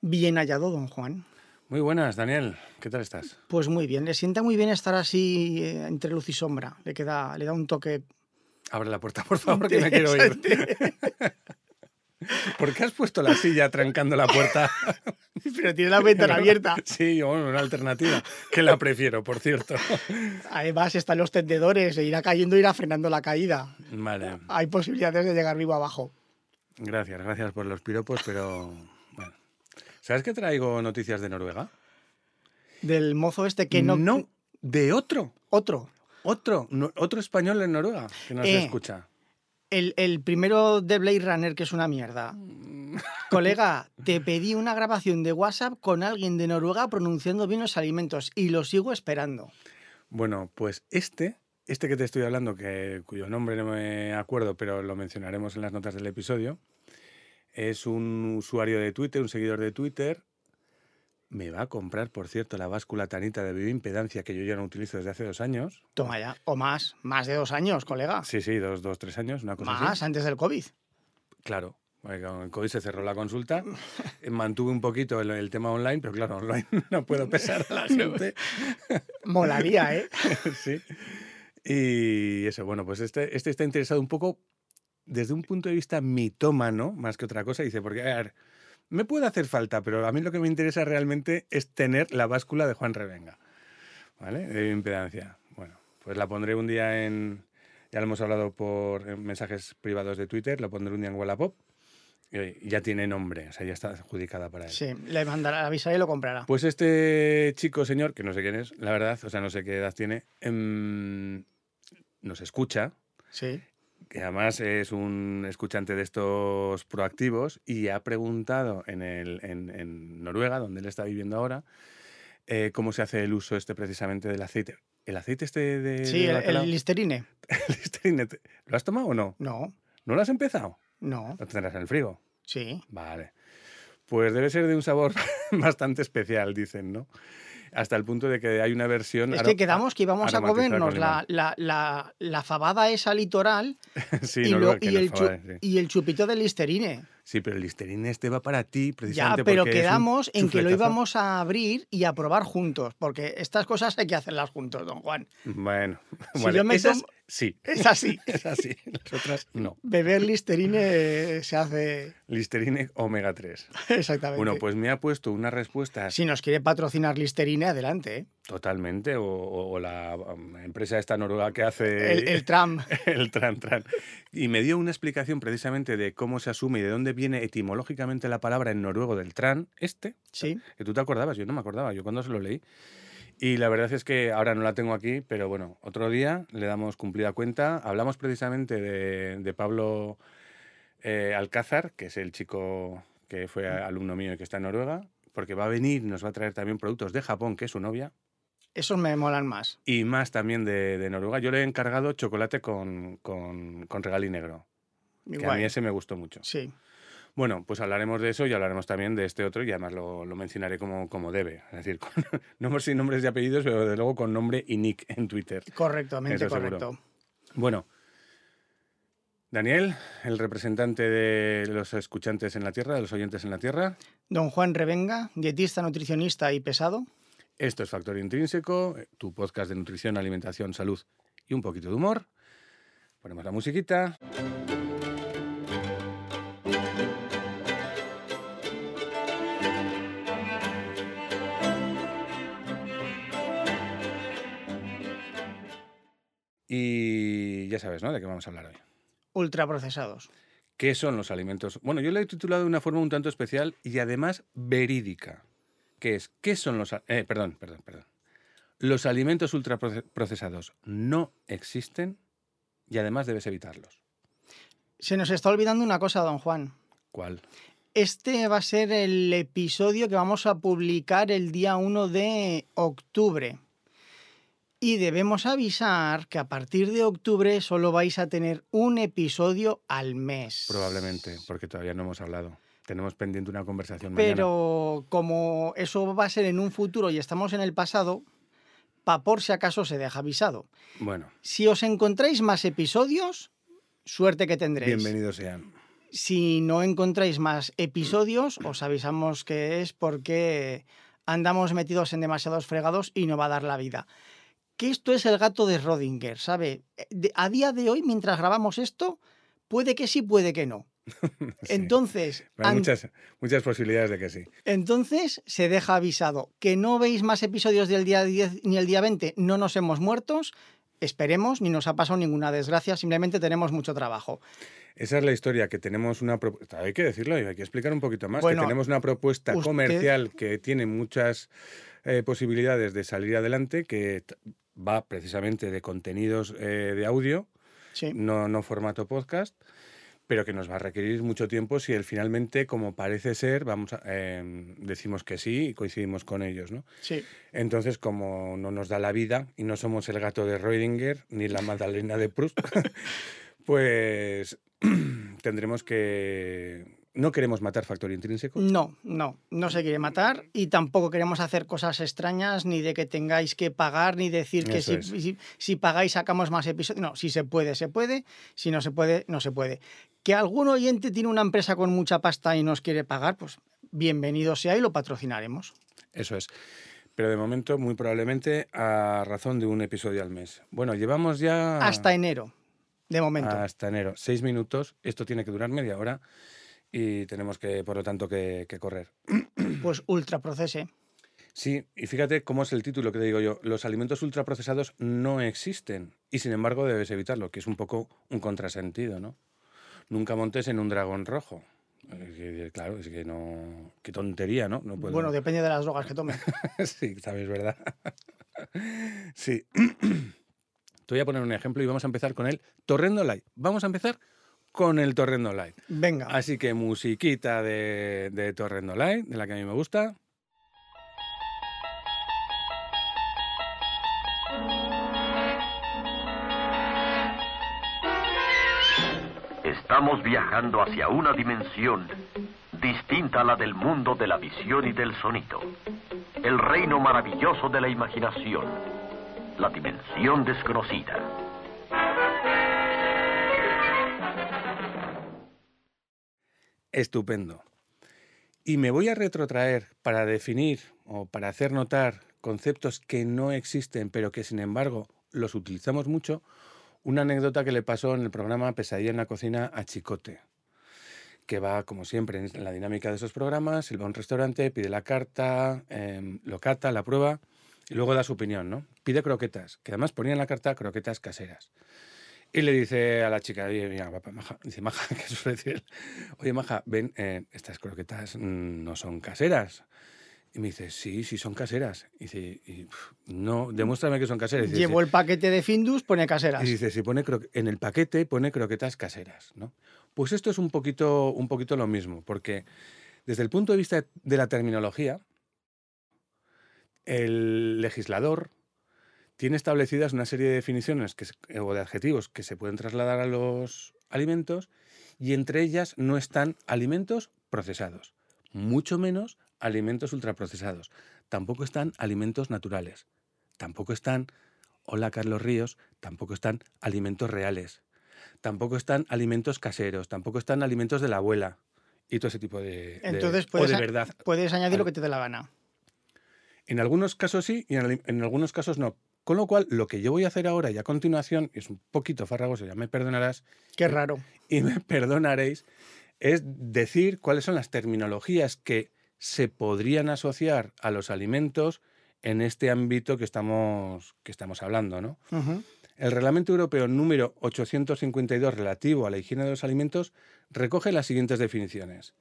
Bien hallado, don Juan. Muy buenas, Daniel. ¿Qué tal estás? Pues muy bien, le sienta muy bien estar así eh, entre luz y sombra. Le queda, le da un toque. Abre la puerta, por favor, que me quiero ir. ¿Por qué has puesto la silla trancando la puerta? Pero tiene la ventana abierta. Sí, bueno, una alternativa, que la prefiero, por cierto. Además, están los tendedores, e irá cayendo, irá frenando la caída. Vale, Hay posibilidades de llegar vivo abajo. gracias, gracias por los piropos, pero bueno. ¿Sabes que traigo noticias de Noruega? Del mozo este que no. No, de otro, Otro. otro, no- otro español en Noruega que no se Eh. escucha. El, el primero de Blade Runner, que es una mierda. Mm. Colega, te pedí una grabación de WhatsApp con alguien de Noruega pronunciando bien los alimentos y lo sigo esperando. Bueno, pues este, este que te estoy hablando, que, cuyo nombre no me acuerdo, pero lo mencionaremos en las notas del episodio, es un usuario de Twitter, un seguidor de Twitter. Me va a comprar, por cierto, la báscula tanita de bioimpedancia que yo ya no utilizo desde hace dos años. Toma ya. O más. Más de dos años, colega. Sí, sí, dos, dos tres años, una cosa Más, así. antes del COVID. Claro. porque Con el COVID se cerró la consulta, eh, mantuve un poquito el, el tema online, pero claro, online no puedo pesar a la gente. Molaría, ¿eh? sí. Y eso, bueno, pues este, este está interesado un poco desde un punto de vista mitómano, más que otra cosa. Dice, porque, a ver, me puede hacer falta, pero a mí lo que me interesa realmente es tener la báscula de Juan Revenga, ¿vale? De impedancia. Bueno, pues la pondré un día en... Ya lo hemos hablado por eh, mensajes privados de Twitter, lo pondré un día en Wallapop. eh, Y oye, ya tiene nombre, o sea, ya está adjudicada para él. Sí, le mandará, avisaré y lo comprará. Pues este chico, señor, que no sé quién es, la verdad, o sea, no sé qué edad tiene, em, nos escucha, Sí. que además es un escuchante de estos proactivos y ha preguntado en, el, en, en Noruega, donde él está viviendo ahora, eh, cómo se hace el uso este precisamente del aceite. ¿El aceite este de, Sí, de el, bacalao? el Listerine. El Listerine, te- ¿Lo has tomado o no? No, ¿No lo has empezado? no, Lo tendrás en el frigo. sí. Vale. Pues debe ser de un sabor bastante especial, dicen, ¿no? Hasta el punto de que hay una versión. Es aro- que quedamos que íbamos a aromatizada con comernos la, limón. la, la, la fabada esa litoral sí, y, noruega, lo- que y no el es fabada, chu- sí. y el chupito de Listerine. Sí, pero el listerín este va para ti, Ya, precisamente. pero porque es un quedamos en que lo chufletazo. íbamos a abrir y a probar juntos, porque estas cosas hay que hacerlas juntos, don Juan. Bueno, Si vale, yo me esas como- sí, Es así. esas sí, las otras no. Beber Listerine eh, se hace Listerine omega 3. exactamente. Bueno, pues me ha puesto una respuesta Si nos quiere patrocinar Listerine, adelante. ¿eh? totalmente, o, o- o la um, empresa esta noruega que hace El, el tram. El tran tran. Y me dio una explicación precisamente de cómo se asume y de dónde viene etimológicamente la palabra en noruego del tran, este, Sí. que tú te acordabas, yo no me acordaba, yo cuando se lo leí. Y la verdad es que ahora no la tengo aquí, pero bueno, otro día le damos cumplida cuenta. Hablamos precisamente de, de Pablo eh, Alcázar, que es el chico que fue alumno mío y que está en Noruega, porque va a venir, nos va a traer también productos de Japón, que es su novia, Esos me molan más. y más también de, de Noruega. Yo le he encargado chocolate con, con, con regalí negro. Que a Igual. mí ese me gustó mucho. Sí. Bueno, pues hablaremos de eso y hablaremos también de este otro y además lo, lo mencionaré como, como debe. Es decir, con nombres sin nombres y apellidos, pero desde luego con nombre y nick en Twitter. Correctamente, Eso seguro. correcto. Bueno, Daniel, el representante de los escuchantes en la Tierra, de los oyentes en la Tierra. Don Juan Revenga, dietista, nutricionista y pesado. Esto es Factor Intrínseco, eh, tu podcast de nutrición, alimentación, salud y un poquito de humor. Ponemos la musiquita. Y ya sabes, ¿no? De qué vamos a hablar hoy. Ultraprocesados. ¿Qué son los alimentos? Bueno, yo lo he titulado de una forma un tanto especial y además verídica, que es ¿qué son los a- eh, perdón, perdón, perdón. Los alimentos ultraprocesados no existen y además debes evitarlos. Se nos está olvidando una cosa, don Juan. ¿Cuál? Este va a ser el episodio que vamos a publicar el día 1 de octubre. Y debemos avisar que a partir de octubre solo vais a tener un episodio al mes. Probablemente, porque todavía no hemos hablado. Tenemos pendiente una conversación mañana. Pero como eso va a ser en un futuro y estamos en el pasado, pa por si acaso se deja avisado. Bueno, Si os encontráis más episodios, suerte que tendréis. bienvenidos sean. Si no encontráis más episodios, os avisamos que es porque andamos metidos en demasiados fregados y no va a dar la vida. Que esto es el gato de Rodinger, ¿sabe? Eh, De- A día de hoy, mientras grabamos esto, puede que sí, puede que no. Sí. Entonces, Hay an- muchas, muchas posibilidades de que sí. entonces se deja avisado que no veis más episodios del día 10 ni el día 20, no nos hemos muertos, esperemos, ni nos ha pasado ninguna desgracia, simplemente tenemos mucho trabajo. Esa es la historia, que tenemos una propuesta, hay que decirlo y hay que explicar un poquito más, Bueno, que tenemos una propuesta usted- comercial que tiene muchas eh, posibilidades de salir adelante, que t- va precisamente de contenidos eh, de audio, Sí. no, no formato podcast, pero que nos va a requerir mucho tiempo si él finalmente, como parece ser, vamos a- eh, decimos que sí y coincidimos con ellos. ¿no? Sí. Entonces, como no nos da la vida y no somos el gato de Rödinger ni la Magdalena de Proust, pues tendremos que... No queremos matar factor intrínseco. No, no, no se quiere matar y tampoco queremos hacer cosas extrañas ni de que tengáis que pagar ni decir que Eso si, si- si pagáis sacamos más episodios. No, si se puede, se puede, si no se puede, no se puede. Que algún oyente tiene una empresa con mucha pasta y nos quiere pagar, pues bienvenido sea y lo patrocinaremos. Eso es. Pero de momento, muy probablemente, a razón de un episodio al mes. Bueno, llevamos ya... Hasta enero, de momento. Hasta enero. Seis minutos. Esto tiene que durar media hora y tenemos que, por lo tanto, que, que correr. Pues ultraprocese. Sí, y fíjate cómo es el título que te digo yo. Los alimentos ultraprocesados no existen y sin embargo debes evitarlo, que es un poco un contrasentido, ¿no? Nunca montes en un dragón rojo. Eh, que, Claro, es que no. Qué tontería, ¿no? No puedo. Bueno, depende de las drogas que tome. sí, sabes, ¿verdad? sí. Te voy a poner un ejemplo y vamos a empezar con el Torrendo Light. Vamos a empezar con el Torrendo Light. Venga, Así que musiquita de, de Torrendo Light, de la que a mí me gusta. Estamos viajando hacia una dimensión distinta a la del mundo de la visión y del sonido. El reino maravilloso de la imaginación. La dimensión desconocida. Estupendo. Y me voy a retrotraer para definir o para hacer notar conceptos que no existen, pero que sin embargo los utilizamos mucho, una anécdota que le pasó en el programa Pesadilla en la cocina a Chicote, que va como siempre en la dinámica de esos programas, él va a un restaurante, pide la carta, em, lo cata, la prueba y luego da su opinión, ¿no? Pide croquetas, que además ponía en la carta croquetas caseras. Y le dice a la chica, oye, mira, papá, maja, dice, maja, ¿qué suele decir? él? Oye, Maja, ven, eh, estas croquetas mm, no son caseras. Y me dice, sí, sí son caseras. Y dice, y, pf, no, demuéstrame que son caseras. Y dice, llevo el paquete de Findus, pone caseras. y dice, si pone croque- en el paquete pone croquetas caseras, ¿no? Pues esto es un poquito, un poquito lo mismo, porque desde el punto de vista de la terminología, el legislador tiene establecidas una serie de definiciones que se- o de adjetivos que se pueden trasladar a los alimentos y entre ellas no están alimentos procesados, mucho menos alimentos ultraprocesados, tampoco están alimentos naturales, tampoco están Hola Carlos Ríos, tampoco están alimentos reales, tampoco están alimentos caseros, tampoco están alimentos de la abuela y todo ese tipo de, de- Entonces o puedes, de a- verdad. puedes añadir lo que te dé la gana. En algunos casos sí y en, al- en algunos casos no. Con lo cual, lo que yo voy a hacer ahora y a continuación, es un poquito farragoso, ya me perdonarás Qué raro. y me perdonaréis, es decir cuáles son las terminologías que se podrían asociar a los alimentos en este ámbito que estamos, que estamos hablando, ¿no? Ujú. El Reglamento Europeo número 852 relativo a la higiene de los alimentos recoge las siguientes definiciones.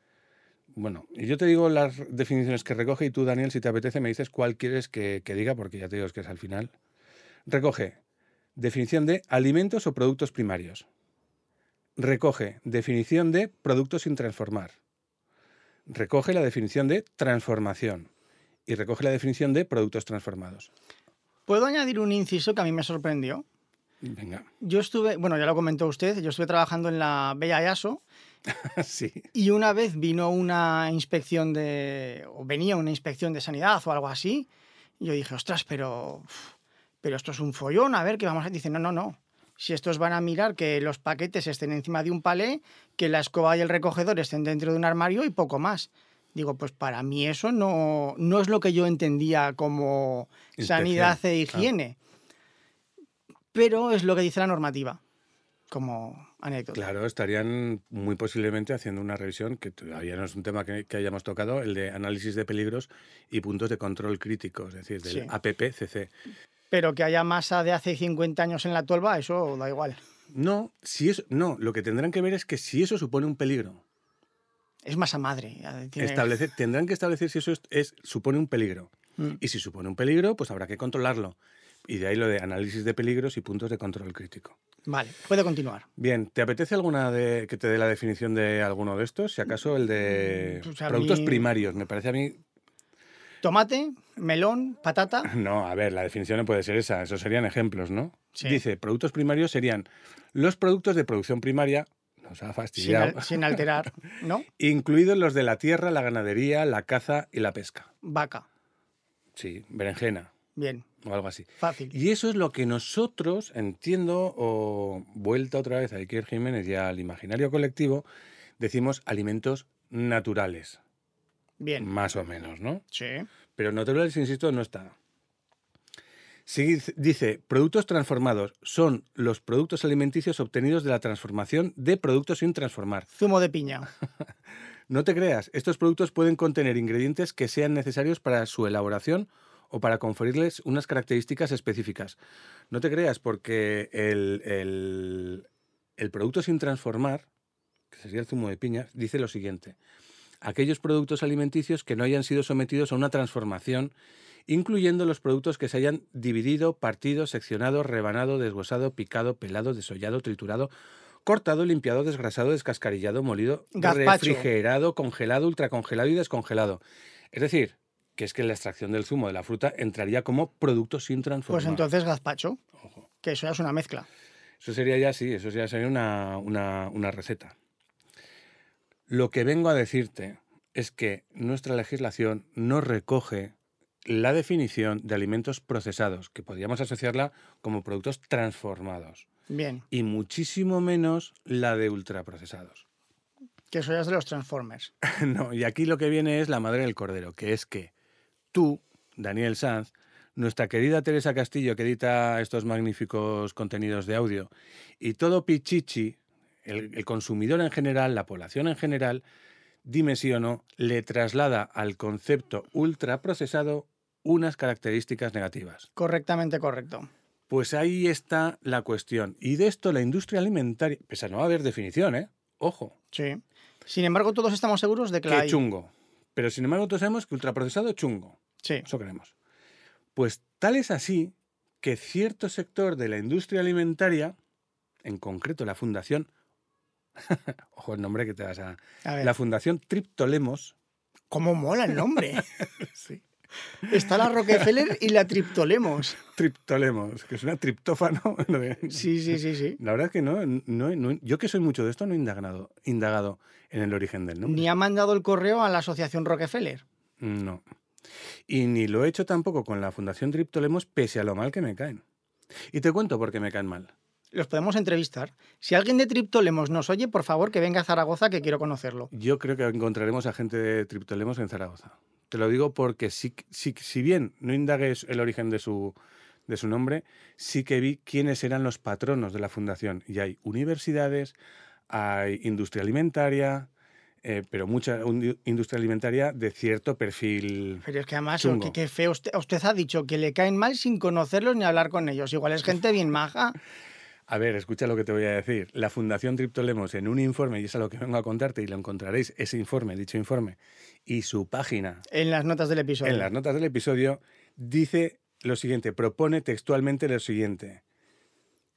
Bueno, y yo te digo las definiciones que recoge y tú, Daniel, si te apetece, me dices cuál quieres que, que diga, porque ya te digo es que es al final. Recoge definición de alimentos o productos primarios. Recoge definición de productos sin transformar. Recoge la definición de transformación. Y recoge la definición de productos transformados. ¿Puedo añadir un inciso que a mí me sorprendió? Venga, Yo estuve, bueno, ya lo comentó usted, yo estuve trabajando en la Bella Yaso sí. y una vez vino una inspección de, o venía una inspección de sanidad o algo así, y yo dije, ostras, pero, uf, pero esto es un follón, a ver qué vamos a... Dice, no, no, no, Si estos van a mirar que los paquetes estén encima de un palé, que la escoba y el recogedor estén dentro de un armario y poco más. Digo, pues para mí eso no, no es lo que yo entendía como Inspección, sanidad e claro. higiene. Pero es lo que dice la normativa, como anécdota. Claro, estarían muy posiblemente haciendo una revisión, que todavía no es un tema que, que hayamos tocado, el de análisis de peligros y puntos de control crítico, es decir, del Sí. APPCC. Pero que haya masa de hace 50 años en la tolva, eso da igual. No, si eso, no, lo que tendrán que ver es que si eso supone un peligro, Es masa madre. ya tiene- establecer, tendrán que establecer si eso es, es- supone un peligro. Mm. Y si supone un peligro, pues habrá que controlarlo. Y de ahí lo de análisis de peligros y puntos de control crítico. Vale, puede continuar. Bien, ¿te apetece alguna de que te dé la definición de alguno de estos? Si acaso el de Pues a productos mí- primarios, me parece a mí Tomate, melón, patata. No, a ver, la definición no puede ser esa. Esos serían ejemplos, ¿no? Sí. Dice, productos primarios serían los productos de producción primaria, nos ha Sin, fastidiado, al- sin alterar, ¿no? incluidos los de la tierra, la ganadería, la caza y la pesca. Vaca. Sí, berenjena Bien, o algo así. fácil. Y eso es lo que nosotros, entiendo, o vuelta otra vez a Iker Jiménez y al imaginario colectivo, decimos alimentos naturales, Bien. más o menos, ¿no? Sí. Pero naturales, insisto, no está. Sigue- dice, productos transformados son los productos alimenticios obtenidos de la transformación de productos sin transformar. Zumo de piña. No te creas, estos productos pueden contener ingredientes que sean necesarios para su elaboración o para conferirles unas características específicas. No te creas, porque el, el- el producto sin transformar, que sería el zumo de piña, dice lo siguiente. Aquellos productos alimenticios que no hayan sido sometidos a una transformación, incluyendo los productos que se hayan dividido, partido, seccionado, rebanado, deshuesado, picado, pelado, desollado, triturado, cortado, limpiado, desgrasado, descascarillado, molido, Gazpacho. refrigerado, congelado, ultracongelado y descongelado. Es decir, que es que la extracción del zumo de la fruta entraría como producto sin transformar. Pues entonces gazpacho, Ojo. que eso ya es una mezcla. Eso sería ya, sí, eso ya sería una, una- una receta. Lo que vengo a decirte es que nuestra legislación no recoge la definición de alimentos procesados, que podríamos asociarla como productos transformados, Bien, y muchísimo menos la de ultraprocesados. que eso ya es de los Transformers. No, y aquí lo que viene es la madre del cordero, que es que tú, Daniel Sanz, nuestra querida Teresa Castillo, que edita estos magníficos contenidos de audio, y todo Pichichi, el, el consumidor en general, la población en general, dime sí o no, le traslada al concepto ultraprocesado unas características negativas. Correctamente correcto. Pues ahí está la cuestión. Y de esto la industria alimentaria, pese a no haber definición, ¿eh? Ojo. Sí. Sin embargo, todos estamos seguros de que la que hay. chungo. Pero sin embargo, todos sabemos que ultraprocesado chungo. Sí, Eso creemos. Pues tal es así que cierto sector de la industria alimentaria, en concreto la fundación, ojo el nombre que te vas a... a ver. La fundación Triptolemos, ¿Cómo mola el nombre? Está la Rockefeller y la Triptolemos. Triptolemos, que es una triptófano. no sé. Sí, sí, sí, sí. La verdad es que no, no- no- yo que soy mucho de esto no he indagado, indagado en el origen del nombre. Ni ha mandado el correo a la Asociación Rockefeller. No. Y ni lo he hecho tampoco con la Fundación Triptolemos, pese a lo mal que me caen. Y te cuento por qué me caen mal. Los podemos entrevistar. Si alguien de Triptolemos nos oye, por favor que venga a Zaragoza, que quiero conocerlo. Yo creo que encontraremos a gente de Triptolemos en Zaragoza. Te lo digo porque sí- sí- si bien no indagues el origen de su, de su nombre, sí que vi quiénes eran los patronos de la fundación. Y hay universidades, hay industria alimentaria, eh, pero mucha un- industria alimentaria de cierto perfil. Pero es que además, Chungo. qué, qué feo. Usted, usted ha dicho que le caen mal sin conocerlos ni hablar con ellos. Igual es gente bien maja. A ver, escucha lo que te voy a decir. La Fundación Triptolemos, en un informe, y es a lo que vengo a contarte, y lo encontraréis, ese informe, dicho informe, y su página En las notas del episodio. en las notas del episodio, dice lo siguiente, propone textualmente lo siguiente.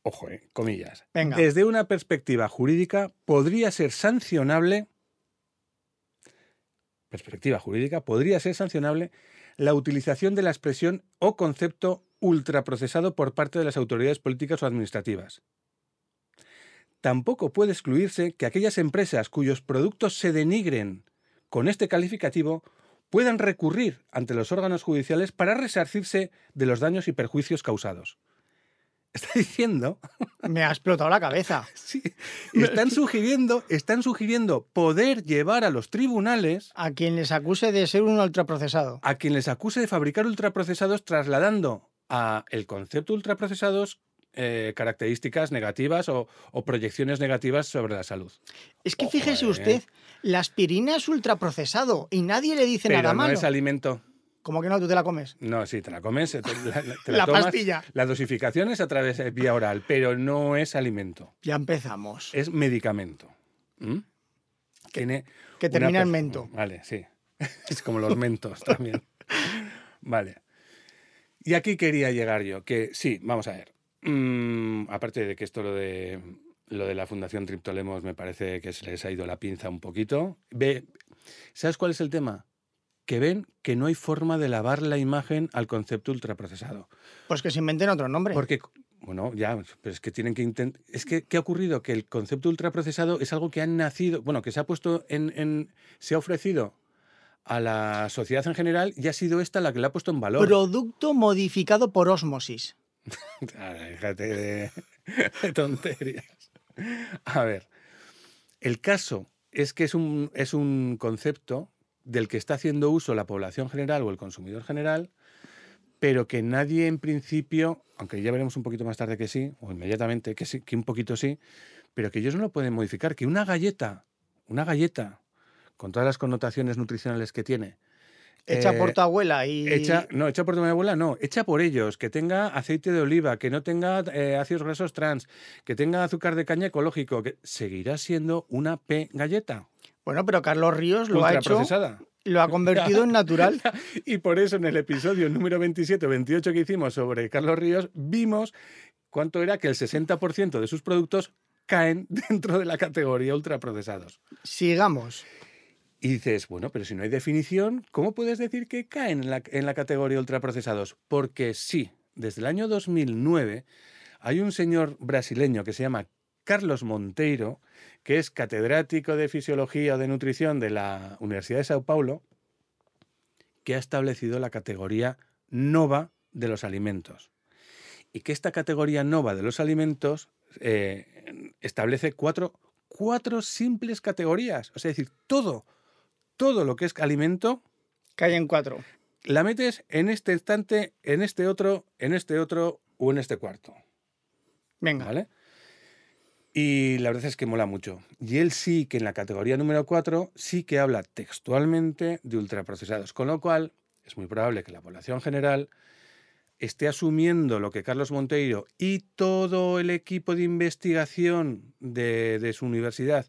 Ojo, eh, comillas. Venga. Desde una perspectiva jurídica, podría ser sancionable. Perspectiva jurídica, podría ser sancionable la utilización de la expresión o concepto ultraprocesado por parte de las autoridades políticas o administrativas. Tampoco puede excluirse que aquellas empresas cuyos productos se denigren con este calificativo puedan recurrir ante los órganos judiciales para resarcirse de los daños y perjuicios causados. está diciendo, Me ha explotado la cabeza. sí, están sugiriendo, están sugiriendo poder llevar a los tribunales A quien les acuse de ser un ultraprocesado. a quien les acuse de fabricar ultraprocesados trasladando a el concepto ultraprocesados eh, características negativas o, o proyecciones negativas sobre la salud. Es que Ojo, fíjese eh. usted, la aspirina es ultraprocesado y nadie le dice Pero nada no malo. es alimento. ¿Cómo que no? Tú te la comes. No, sí, te la comes, te, la, te La tomas. pastilla. La dosificación es a través de vía oral, pero no es alimento, Ya empezamos. es medicamento. ¿Mm? Tiene que una termina en perso- mento. Vale, sí. Es como los mentos también. Vale. Y aquí quería llegar yo, que sí, vamos a ver. Mm, aparte de que esto lo de lo de la Fundación Triptolemos me parece que se les ha ido la pinza un poquito. Ve, ¿sabes cuál es el tema? Que ven que no hay forma de lavar la imagen al concepto ultraprocesado. Pues que se inventen otro nombre. Porque, bueno, ya, pero es que tienen que intentar. Es que, ¿qué ha ocurrido? Que el concepto ultraprocesado es algo que ha nacido, bueno, que se ha puesto en. en- se ha ofrecido a la sociedad en general y ha sido esta la que la ha puesto en valor. Producto modificado por ósmosis. Ah, déjate de, de tonterías. A ver, el caso es que es un, es un concepto del que está haciendo uso la población general o el consumidor general, pero que nadie en principio, aunque ya veremos un poquito más tarde que sí, o inmediatamente que sí, que un poquito sí, pero que ellos no lo pueden modificar, que una galleta, una galleta, con todas las connotaciones nutricionales que tiene, Hecha Eh, por tu abuela y. Hecha, no, hecha por tu abuela, no. Hecha por ellos. Que tenga aceite de oliva, que no tenga eh, ácidos grasos trans, que tenga azúcar de caña ecológico. Que seguirá siendo una P galleta. Bueno, pero Carlos Ríos lo ha hecho. ultraprocesada. Lo ha convertido en natural. Y por eso en el episodio número 27 o 28 que hicimos sobre Carlos Ríos, vimos cuánto era que el 60% de sus productos caen dentro de la categoría ultraprocesados. Sigamos. Y dices, bueno, pero si no hay definición, ¿cómo puedes decir que caen en la, en la categoría ultraprocesados? Porque sí, desde el año 2009 hay un señor brasileño que se llama Carlos Monteiro, que es catedrático de Fisiología o de Nutrición de la Universidad de Sao Paulo, que ha establecido la categoría nova de los alimentos. Y que esta categoría nova de los alimentos eh, establece cuatro, cuatro simples categorías. O sea, es decir, todo, todo lo que es alimento, Calle en cuatro. la metes en este instante, en este otro, en este otro o en este cuarto. Venga. ¿Vale? Y la verdad es que mola mucho. Y él sí que en la categoría número 4 sí que habla textualmente de ultraprocesados, con lo cual es muy probable que la población general esté asumiendo lo que Carlos Monteiro y todo el equipo de investigación de, de su universidad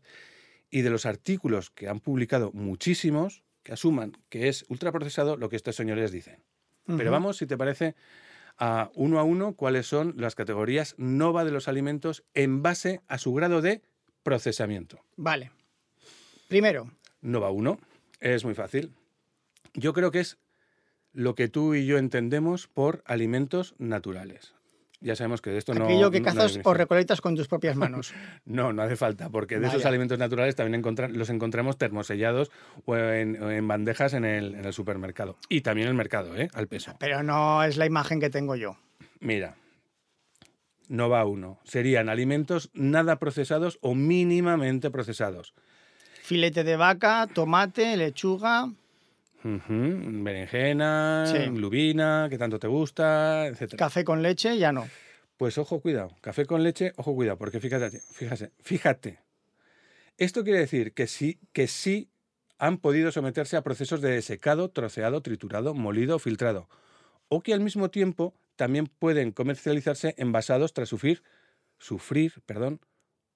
y de los artículos que han publicado muchísimos, que asuman que es ultraprocesado lo que estos señores dicen. Pero Ujú. vamos, si te parece, a uno a uno cuáles son las categorías nova de los alimentos en base a su grado de procesamiento. Vale. Primero, Nova 1 es muy fácil. Yo creo que es lo que tú y yo entendemos por alimentos naturales. Ya sabemos que de esto no... aquello que no- no hay cazas o definición. recolectas con tus propias manos. No, no hace falta, porque de esos Vaya. alimentos naturales también encontra- los encontramos termosellados o en, o en bandejas en el, en el supermercado. Y también en el mercado, ¿eh? Al peso. Pero no es la imagen que tengo yo. Mira, no va uno. Serían alimentos nada procesados o mínimamente procesados. Filete de vaca, tomate, lechuga. Ujú, Berenjena, Sí. lubina, que tanto te gusta, etcétera. Café con leche, ya no. Pues ojo, cuidado. Café con leche, ojo, cuidado, porque fíjate, fíjate, fíjate. Esto quiere decir que sí, que sí han podido someterse a procesos de secado, troceado, triturado, molido o filtrado. O que al mismo tiempo también pueden comercializarse envasados tras sufrir, sufrir, perdón,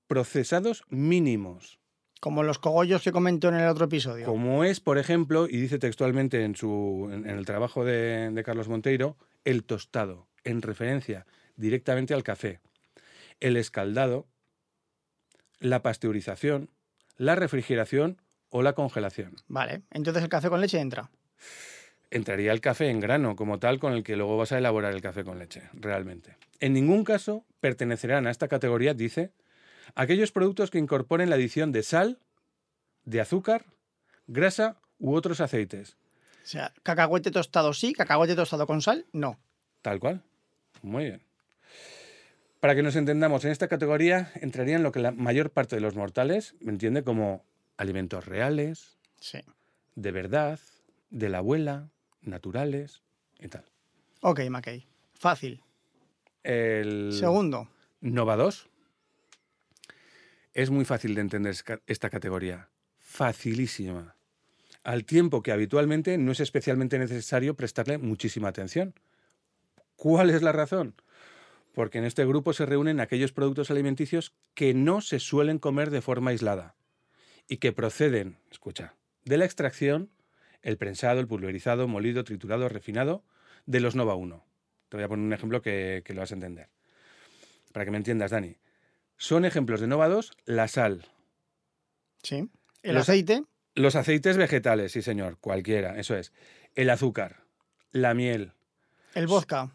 procesados mínimos. Como los cogollos que comentó en el otro episodio. Como es, por ejemplo, y dice textualmente en, su, en, en el trabajo de, de Carlos Monteiro, el tostado, en referencia directamente al café, el escaldado, la pasteurización, la refrigeración o la congelación. Vale. Entonces el café con leche entra. Entraría el café en grano como tal con el que luego vas a elaborar el café con leche, realmente. En ningún caso pertenecerán a esta categoría, dice, aquellos productos que incorporen la adición de sal, de azúcar, grasa u otros aceites. O sea, cacahuete tostado sí, cacahuete tostado con sal, no. Tal cual. Muy bien. Para que nos entendamos, en esta categoría entrarían lo que la mayor parte de los mortales me entiende como alimentos reales, Sí. de verdad, de la abuela, naturales y tal. Ok, Mackey. Fácil. El Segundo. Nova 2 es muy fácil de entender esca- esta categoría. Facilísima. Al tiempo que habitualmente no es especialmente necesario prestarle muchísima atención. ¿Cuál es la razón? Porque en este grupo se reúnen aquellos productos alimenticios que no se suelen comer de forma aislada y que proceden, escucha, de la extracción, el prensado, el pulverizado, molido, triturado, refinado, de los Nova 1. Te voy a poner un ejemplo que, que lo vas a entender. Para que me entiendas, Dani. Son ejemplos de Nova 2 la sal, Sí. El Los- aceite. los aceites vegetales, sí señor, cualquiera, eso es. El azúcar, la miel, El vodka.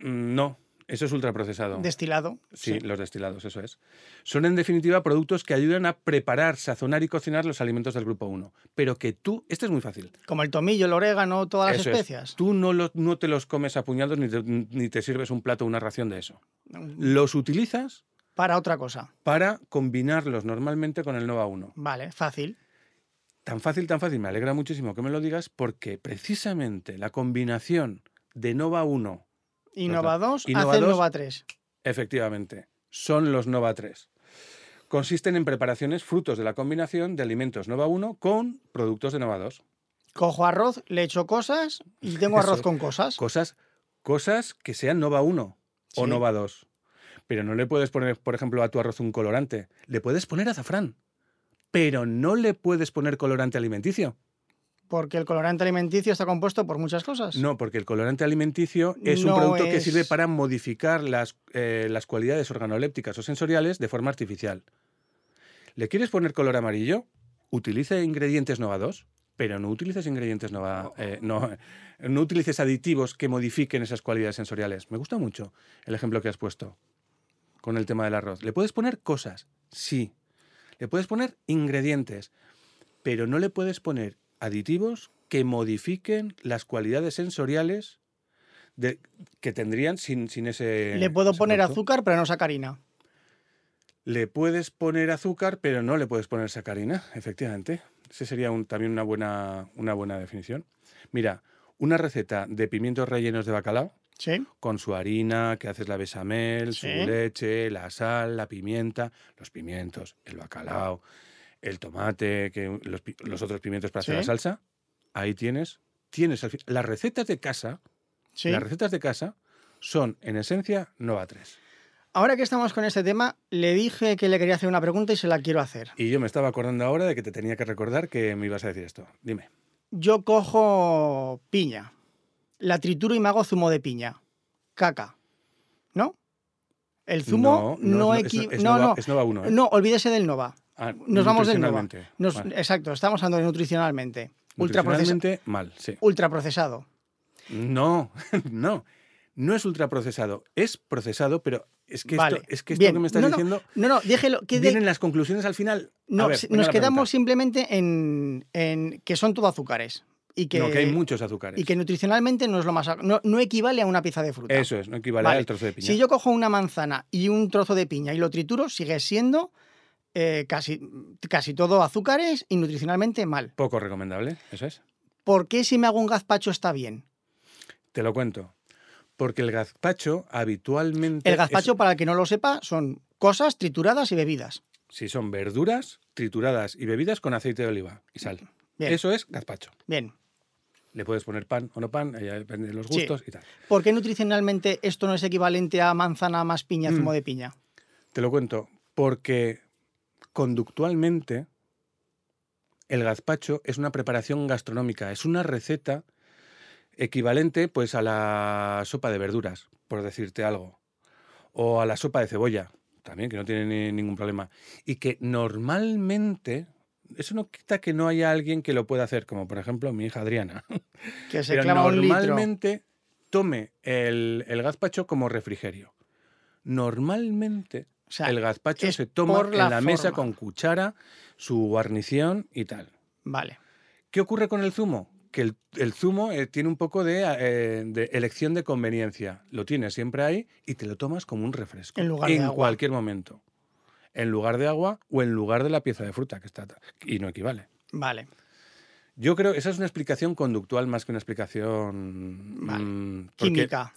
mm, no, eso es ultraprocesado. Destilado. Sí, los destilados, eso es. Son en definitiva productos que ayudan a preparar, sazonar y cocinar los alimentos del grupo 1. Pero que tú, esto es muy fácil. Como el tomillo, el orégano, todas las Eso es. especias. Tú no, lo- no te los comes a puñados ni te, ni te sirves un plato o una ración de eso. Los utilizas Para otra cosa. para combinarlos normalmente con el Nova 1. Vale, fácil. Tan fácil, tan fácil. Me alegra muchísimo que me lo digas porque precisamente la combinación de Nova 1, Innova 2, Innova hace dos. Nova 3. efectivamente, son los Nova 3. Consisten en preparaciones frutos de la combinación de alimentos Nova 1 con productos de Nova 2. Cojo arroz, le echo cosas y tengo Eso arroz es. con cosas. Cosas, cosas que sean Nova 1 o Sí. Nova 2. Pero no le puedes poner, por ejemplo, a tu arroz un colorante. Le puedes poner azafrán. Pero no le puedes poner colorante alimenticio. Porque el colorante alimenticio está compuesto por muchas cosas. No, porque el colorante alimenticio es No un producto que es- sirve para modificar las, eh, las cualidades organolépticas o sensoriales de forma artificial. ¿Le quieres poner color amarillo? Utilice ingredientes Nova 2, pero no utilices ingredientes Nova... eh, no, no utilices aditivos que modifiquen esas cualidades sensoriales. Me gusta mucho el ejemplo que has puesto con el tema del arroz. ¿Le puedes poner cosas? Sí. Le puedes poner ingredientes, pero no le puedes poner aditivos que modifiquen las cualidades sensoriales de- que tendrían sin, sin ese. le puedo ese poner producto. azúcar, pero no sacarina. Le puedes poner azúcar, pero no le puedes poner sacarina, efectivamente. Esa sería un- también una buena, una buena definición. Mira, una receta de pimientos rellenos de bacalao Sí. con su harina, que haces la besamel, Sí. su leche, la sal, la pimienta, los pimientos, el bacalao, el tomate, que los, pi- los otros pimientos para hacer Sí. la salsa. Ahí tienes, tienes al fin- las recetas de casa, Sí. las recetas de casa son en esencia Nova 3. Ahora que estamos con este tema, le dije que le quería hacer una pregunta y se la quiero hacer. Y yo me estaba acordando ahora de que te tenía que recordar que me ibas a decir esto. Dime. Yo cojo piña, la trituro y me hago zumo de piña. Caca. ¿No? El zumo no, no, es- equi- es, es no, Nova, no. es Nova 1. ¿eh? No, olvídese del Nova. Ah, Nos vamos del Nova. nutricionalmente. Nos- Vale. Exacto, estamos hablando de nutricionalmente. Ultraprocesa- Nutricionalmente, mal, sí. Ultraprocesado. No, no. No es ultraprocesado. Es procesado, pero es que Vale, esto, es que, esto bien. que me estás No, no, diciendo. No, no, déjelo. Que de- Vienen las conclusiones al final. A no, ver, si- venga nos la quedamos pregunta. simplemente en, en que son todo azúcares. Y que, No, que hay muchos azúcares. y que nutricionalmente no es lo más. a- No, no equivale a una pieza de fruta. Eso es, no equivale Vale. al trozo de piña. Si yo cojo una manzana y un trozo de piña y lo trituro, sigue siendo eh, casi, casi todo azúcares y nutricionalmente mal. Poco recomendable, eso es. ¿Por qué si me hago un gazpacho está bien? Te lo cuento. Porque el gazpacho habitualmente. El es- gazpacho, para el que no lo sepa, son cosas trituradas y bebidas. si son verduras trituradas y bebidas con aceite de oliva y sal. Bien, Eso es gazpacho. bien. Le puedes poner pan o no pan, ya depende de los Sí. gustos y tal. ¿Por qué nutricionalmente esto no es equivalente a manzana más piña, Mm. zumo de piña? Te lo cuento, porque conductualmente el gazpacho es una preparación gastronómica, es una receta equivalente pues a la sopa de verduras, por decirte algo, o a la sopa de cebolla, también que no tiene ni- ningún problema, y que normalmente eso no quita que no haya alguien que lo pueda hacer, como por ejemplo mi hija Adriana, Que se pero clava un litro. normalmente tome el, el gazpacho como refrigerio. Normalmente O sea, el gazpacho es se toma por la en la mesa forma. con cuchara, su guarnición y tal. Vale. ¿Qué ocurre con el zumo? que el, el zumo eh, tiene un poco de, eh, de elección de conveniencia. Lo tienes siempre ahí y te lo tomas como un refresco. En lugar de agua. cualquier momento. En lugar de agua o en lugar de la pieza de fruta, que está. Y no equivale. Vale. Yo creo esa es una explicación conductual más que una explicación Vale. mm, porque- Química.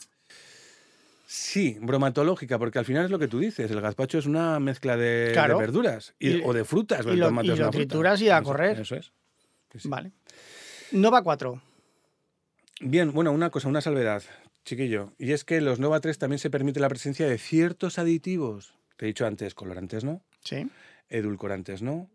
Sí, bromatológica, porque al final es lo que tú dices. El gazpacho es una mezcla de, de Claro. verduras y- Y- o de frutas. y el lo- tomate y es lo una fruta. trituras y a Eso- correr. Eso es. Sí, sí. Vale. Nova 4. Bien, bueno, una cosa, una salvedad, chiquillo. Y es que en los Nova 3 también se permite la presencia de ciertos aditivos. Te he dicho antes, colorantes no, Sí. edulcorantes no,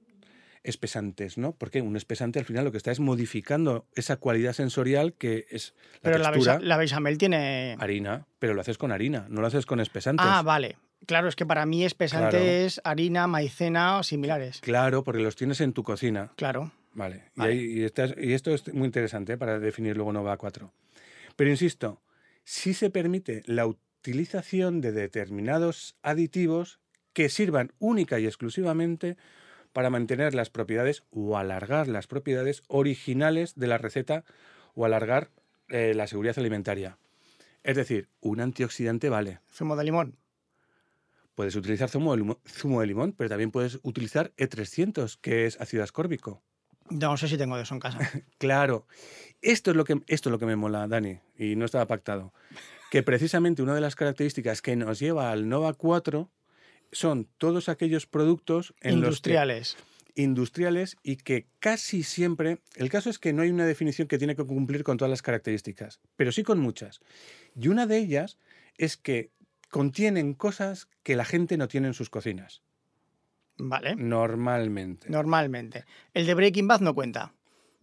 espesantes no, porque un espesante al final lo que está es modificando esa cualidad sensorial que es la Pero la, textura, besa- la bechamel tiene. harina, pero lo haces con harina, no lo haces con espesantes. Ah, vale. Claro, es que para mí espesante Claro. es harina, maicena o similares. Claro, porque los tienes en tu cocina. Claro. Vale. Vale. Y, ahí- y estas- y esto es muy interesante ¿eh? para definir luego Nova 4. Pero insisto, sí se permite la utilización de determinados aditivos que sirvan única y exclusivamente para mantener las propiedades o alargar las propiedades originales de la receta o alargar eh, la seguridad alimentaria. Es decir, un antioxidante vale. Zumo de limón. Puedes utilizar zumo de, limo- zumo de limón, pero también puedes utilizar E300, que es ácido ascórbico. No sé si tengo de eso en casa. Claro. Esto es lo que esto es lo que me mola, Dani, y no estaba pactado. Que precisamente una de las características que nos lleva al Nova 4 son todos aquellos productos en los que- Industriales. industriales y que casi siempre, el caso es que no hay una definición que tiene que cumplir con todas las características, pero sí con muchas. Y una de ellas es que contienen cosas que la gente no tiene en sus cocinas, Vale. normalmente. Normalmente. El de Breaking Bad no cuenta.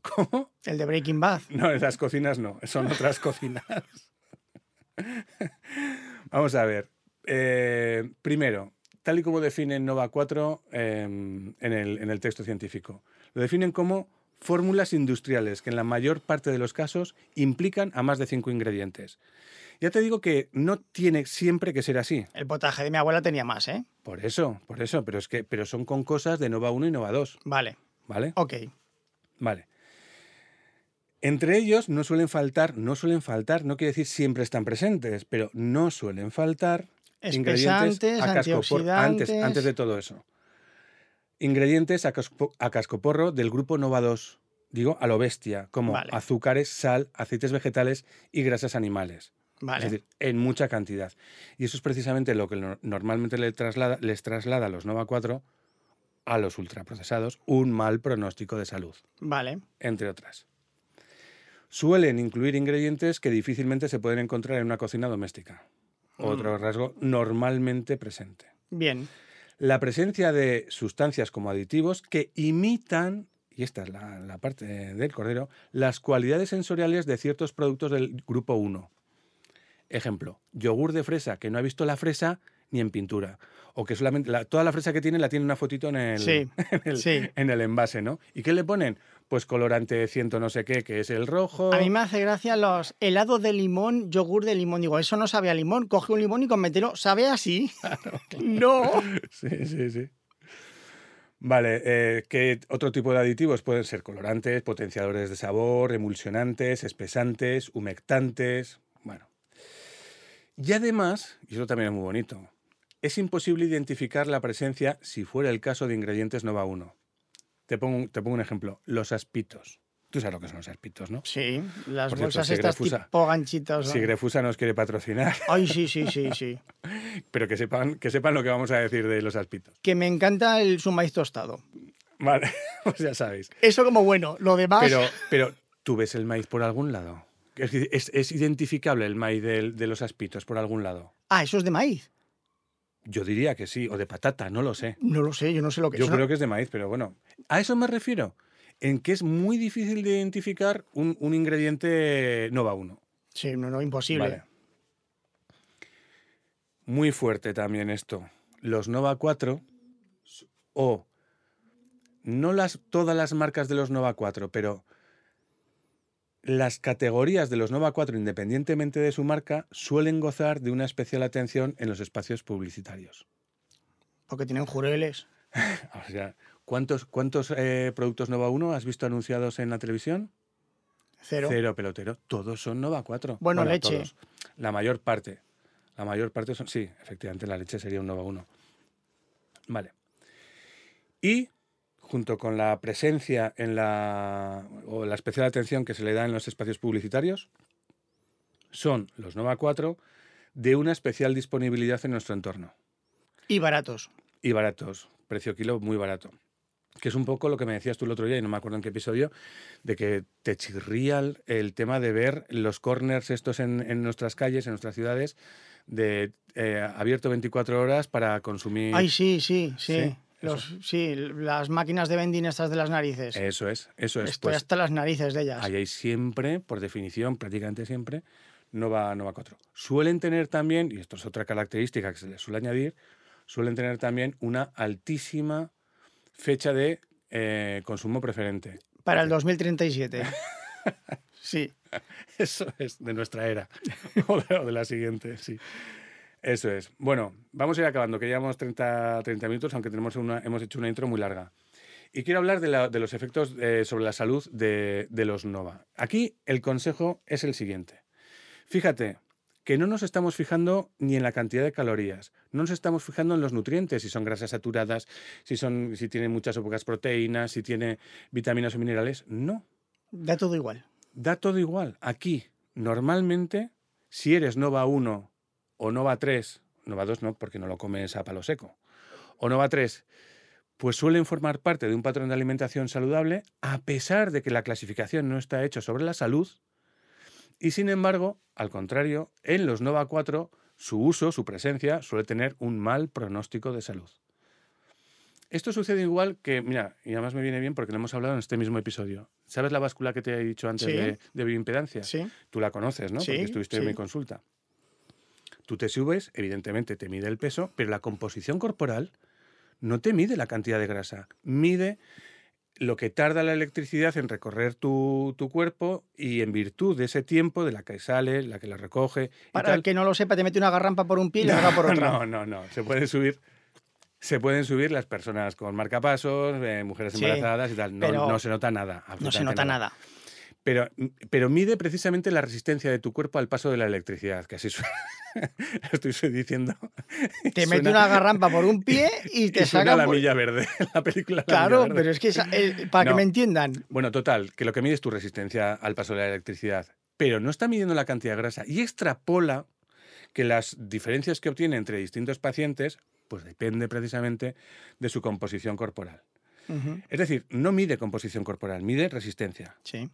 ¿Cómo? El de Breaking Bad. No, las cocinas no, son otras cocinas. Vamos a ver. Eh, primero, tal y como definen Nova 4 eh, en, el, en el texto científico, lo definen como fórmulas industriales que en la mayor parte de los casos implican a más de cinco ingredientes. Ya te digo que no tiene siempre que ser así. El potaje de mi abuela tenía más, ¿eh? Por eso, por eso, pero es que pero son con cosas de Nova 1 y Nova 2, Vale. ¿vale? Ok. Vale. Entre ellos no suelen faltar, no suelen faltar, no quiere decir siempre están presentes, pero no suelen faltar ingredientes Espesantes, a cascoporro. Antes, antioxidantes. antes de todo eso. Ingredientes a, caspo- a cascoporro del grupo Nova 2, digo a lo bestia, como Vale. azúcares, sal, aceites vegetales y grasas animales. Vale. Es decir, en mucha cantidad. Y eso es precisamente lo que no- normalmente le traslada, les traslada a los Nova 4 a los ultraprocesados un mal pronóstico de salud Vale. entre otras. Suelen incluir ingredientes que difícilmente se pueden encontrar en una cocina doméstica, otro rasgo normalmente presente. Bien. La presencia de sustancias como aditivos que imitan, y esta es la, la parte del cordero, las cualidades sensoriales de ciertos productos del grupo 1. Ejemplo, yogur de fresa que no ha visto la fresa ni en pintura, o que solamente la- toda la fresa que tiene la tiene una fotito en el, Sí. en el, Sí. en el envase, ¿no? ¿Y qué le ponen? Pues colorante ciento no sé qué, que es el rojo. A mí me hace gracia los helados de limón, yogur de limón. Digo, eso no sabe a limón. Coge un limón y comételo. ¿Sabe así? no. Sí, sí, sí. Vale, eh, ¿qué otro tipo de aditivos pueden ser? Colorantes, potenciadores de sabor, emulsionantes, espesantes, humectantes. Bueno. Y además, y eso también es muy bonito, es imposible identificar la presencia, si fuera el caso, de ingredientes Nova 1. Te pongo, un- te pongo un ejemplo: los aspitos. Tú sabes lo que son los aspitos, ¿no? Sí, las Por cierto, bolsas estas Sigrefusa. tipo ganchitos. ¿no? Si Grefusa nos quiere patrocinar, Ay, sí, sí, sí, sí. pero que sepan, que sepan lo que vamos a decir de los aspitos. Que me encanta el su maíz tostado. Vale, pues ya sabéis. Eso como bueno. Lo demás, Pero, pero tú ves el maíz por algún lado. Es, decir, es- es identificable el maíz del- de, los aspitos por algún lado. ah, eso es de maíz. Yo diría que sí, o de patata, no lo sé. No lo sé, yo no sé lo que Yo es. Eso no- creo que es de maíz, pero bueno. A eso me refiero, en que es muy difícil de identificar un, un ingrediente Nova 1. Sí, no, no, imposible. Vale. Muy fuerte también esto. Los Nova 4 o no las todas las marcas de los Nova 4, pero las categorías de los Nova 4 independientemente de su marca suelen gozar de una especial atención en los espacios publicitarios. Porque tienen jureles. O sea, ¿cuántos cuántos eh, productos Nova 1 has visto anunciados en la televisión? Cero. Cero pelotero. Todos son Nova 4. Bueno, leche. todos. La mayor parte. La mayor parte son. Sí, efectivamente, la leche sería un Nova 1. Vale. Y junto con la presencia en la. o la especial atención que se le da en los espacios publicitarios, son los Nova 4 de una especial disponibilidad en nuestro entorno. Y baratos. Y baratos. Precio kilo muy barato. Que es un poco lo que me decías tú el otro día, y no me acuerdo en qué episodio, de que te chirría el- el tema de ver los corners estos en, en nuestras calles, en nuestras ciudades, de eh, abierto 24 horas para consumir. Ay, sí, sí, sí. Sí, Los, sí, las máquinas de vending estas de las narices. Eso es, eso es. Estoy Eh, Pues hasta las narices de ellas. ahí hay siempre, por definición, prácticamente siempre, Nova, Nova 4. Suelen tener también, y esto es otra característica que se les suele añadir, suelen tener también una altísima fecha de eh, consumo preferente. Para el 2037. sí. Eso es, de nuestra era. O de, o de la siguiente, sí. Eso es. Bueno, vamos a ir acabando, que llevamos 30, 30 minutos, aunque tenemos una, hemos hecho una intro muy larga. Y quiero hablar de, la- de los efectos eh, sobre la salud de, de los NOVA. Aquí el consejo es el siguiente. Fíjate que no nos estamos fijando ni en la cantidad de calorías, no nos estamos fijando en los nutrientes, si son grasas saturadas, si, son, si tienen muchas o pocas proteínas, si tiene vitaminas o minerales. No, Da todo igual. da todo igual. Aquí, normalmente, si eres Nova 1 o Nova 3, Nova 2 no, porque no lo comes a palo seco, o Nova 3, pues suelen formar parte de un patrón de alimentación saludable, a pesar de que la clasificación no está hecha sobre la salud. Y sin embargo, al contrario, en los Nova 4, su uso, su presencia, suele tener un mal pronóstico de salud. Esto sucede igual que, mira, y además me viene bien porque lo hemos hablado en este mismo episodio. ¿Sabes la báscula que te he dicho antes Sí. de, de bioimpedancia? Sí. Tú la conoces, ¿no? Sí, Porque estuviste en sí. mi consulta. Tú te subes, evidentemente te mide el peso, pero la composición corporal no te mide la cantidad de grasa, mide lo que tarda la electricidad en recorrer tu, tu cuerpo y en virtud de ese tiempo, de la que sale, la que la recoge. y Para tal, el que no lo sepa, te mete una garrampa por un pie y la haga por otra. no, no, no. Se pueden subir. Se pueden subir las personas con marcapasos, eh, mujeres Sí, embarazadas y tal. No, pero no se nota nada. No se absolutamente nota nada. Pero, mm, pero mide precisamente la resistencia de tu cuerpo al paso de la electricidad, que así suena. Lo estoy diciendo. Te Suena- mete una garrampa por un pie y te y suena saca. la por- milla verde, la película. La Milla Claro, Verde. pero es que esa- el- para No. que me entiendan, Bueno, total, que lo que mide es tu resistencia al paso de la electricidad, pero no está midiendo la cantidad de grasa y extrapola que las diferencias que obtiene entre distintos pacientes, pues depende precisamente de su composición corporal. Ujú, Es decir, no mide composición corporal, mide resistencia. sí. y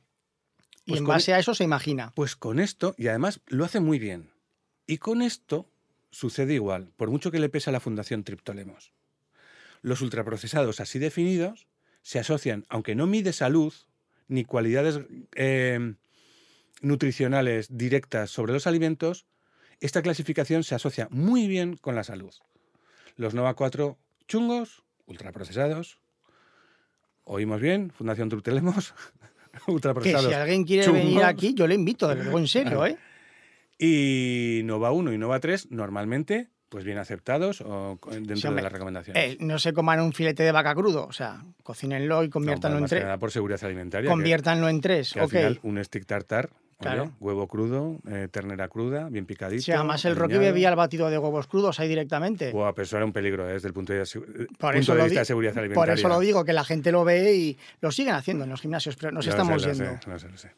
Pues en con- base a eso se imagina. Pues con esto, y además lo hace muy bien, y con esto sucede igual, por mucho que le pese a la Fundación Triptolemos. Los ultraprocesados así definidos se asocian, aunque no mide salud ni cualidades eh, nutricionales directas sobre los alimentos, esta clasificación se asocia muy bien con la salud. Los Nova 4 chungos, ultraprocesados. Oímos bien, Fundación Triptolemos, Que ultraprocesados. si alguien quiere chungos. venir aquí, yo le invito, de luego en serio, ¿eh? Y Nova 1 y Nova 3 normalmente pues bien aceptados o co- dentro Sí, hombre. de las recomendaciones. Eh, No se coman un filete de vaca crudo, o sea, cocínenlo y conviértanlo en más que tres. nada por seguridad alimentaria. que- Conviértanlo en tres, que al ok. final un stick tartar, oye, Claro. huevo crudo, eh, ternera cruda, bien picadito. Si además el Rocky aliñado. bebía el batido de huevos crudos ahí directamente. Buah, pero eso era un peligro eh, desde el punto de, vista- punto eso de lo vista di- de seguridad alimentaria. Por eso lo digo, que la gente lo ve y lo siguen haciendo en los gimnasios, pero nos Lo sé, estamos lo sé, yendo lo sé, lo sé.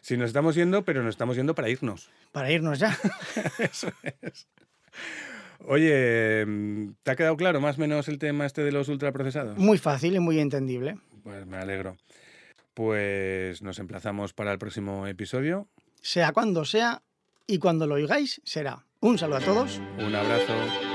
Sí, nos estamos yendo, pero nos estamos yendo para irnos. para irnos ya. Oye, mm, ¿te ha quedado claro más o menos el tema este de los ultraprocesados? Muy fácil y muy entendible. Pues me alegro. Pues nos emplazamos para el próximo episodio. Sea cuando sea y cuando lo oigáis será. Un saludo a todos. Un abrazo.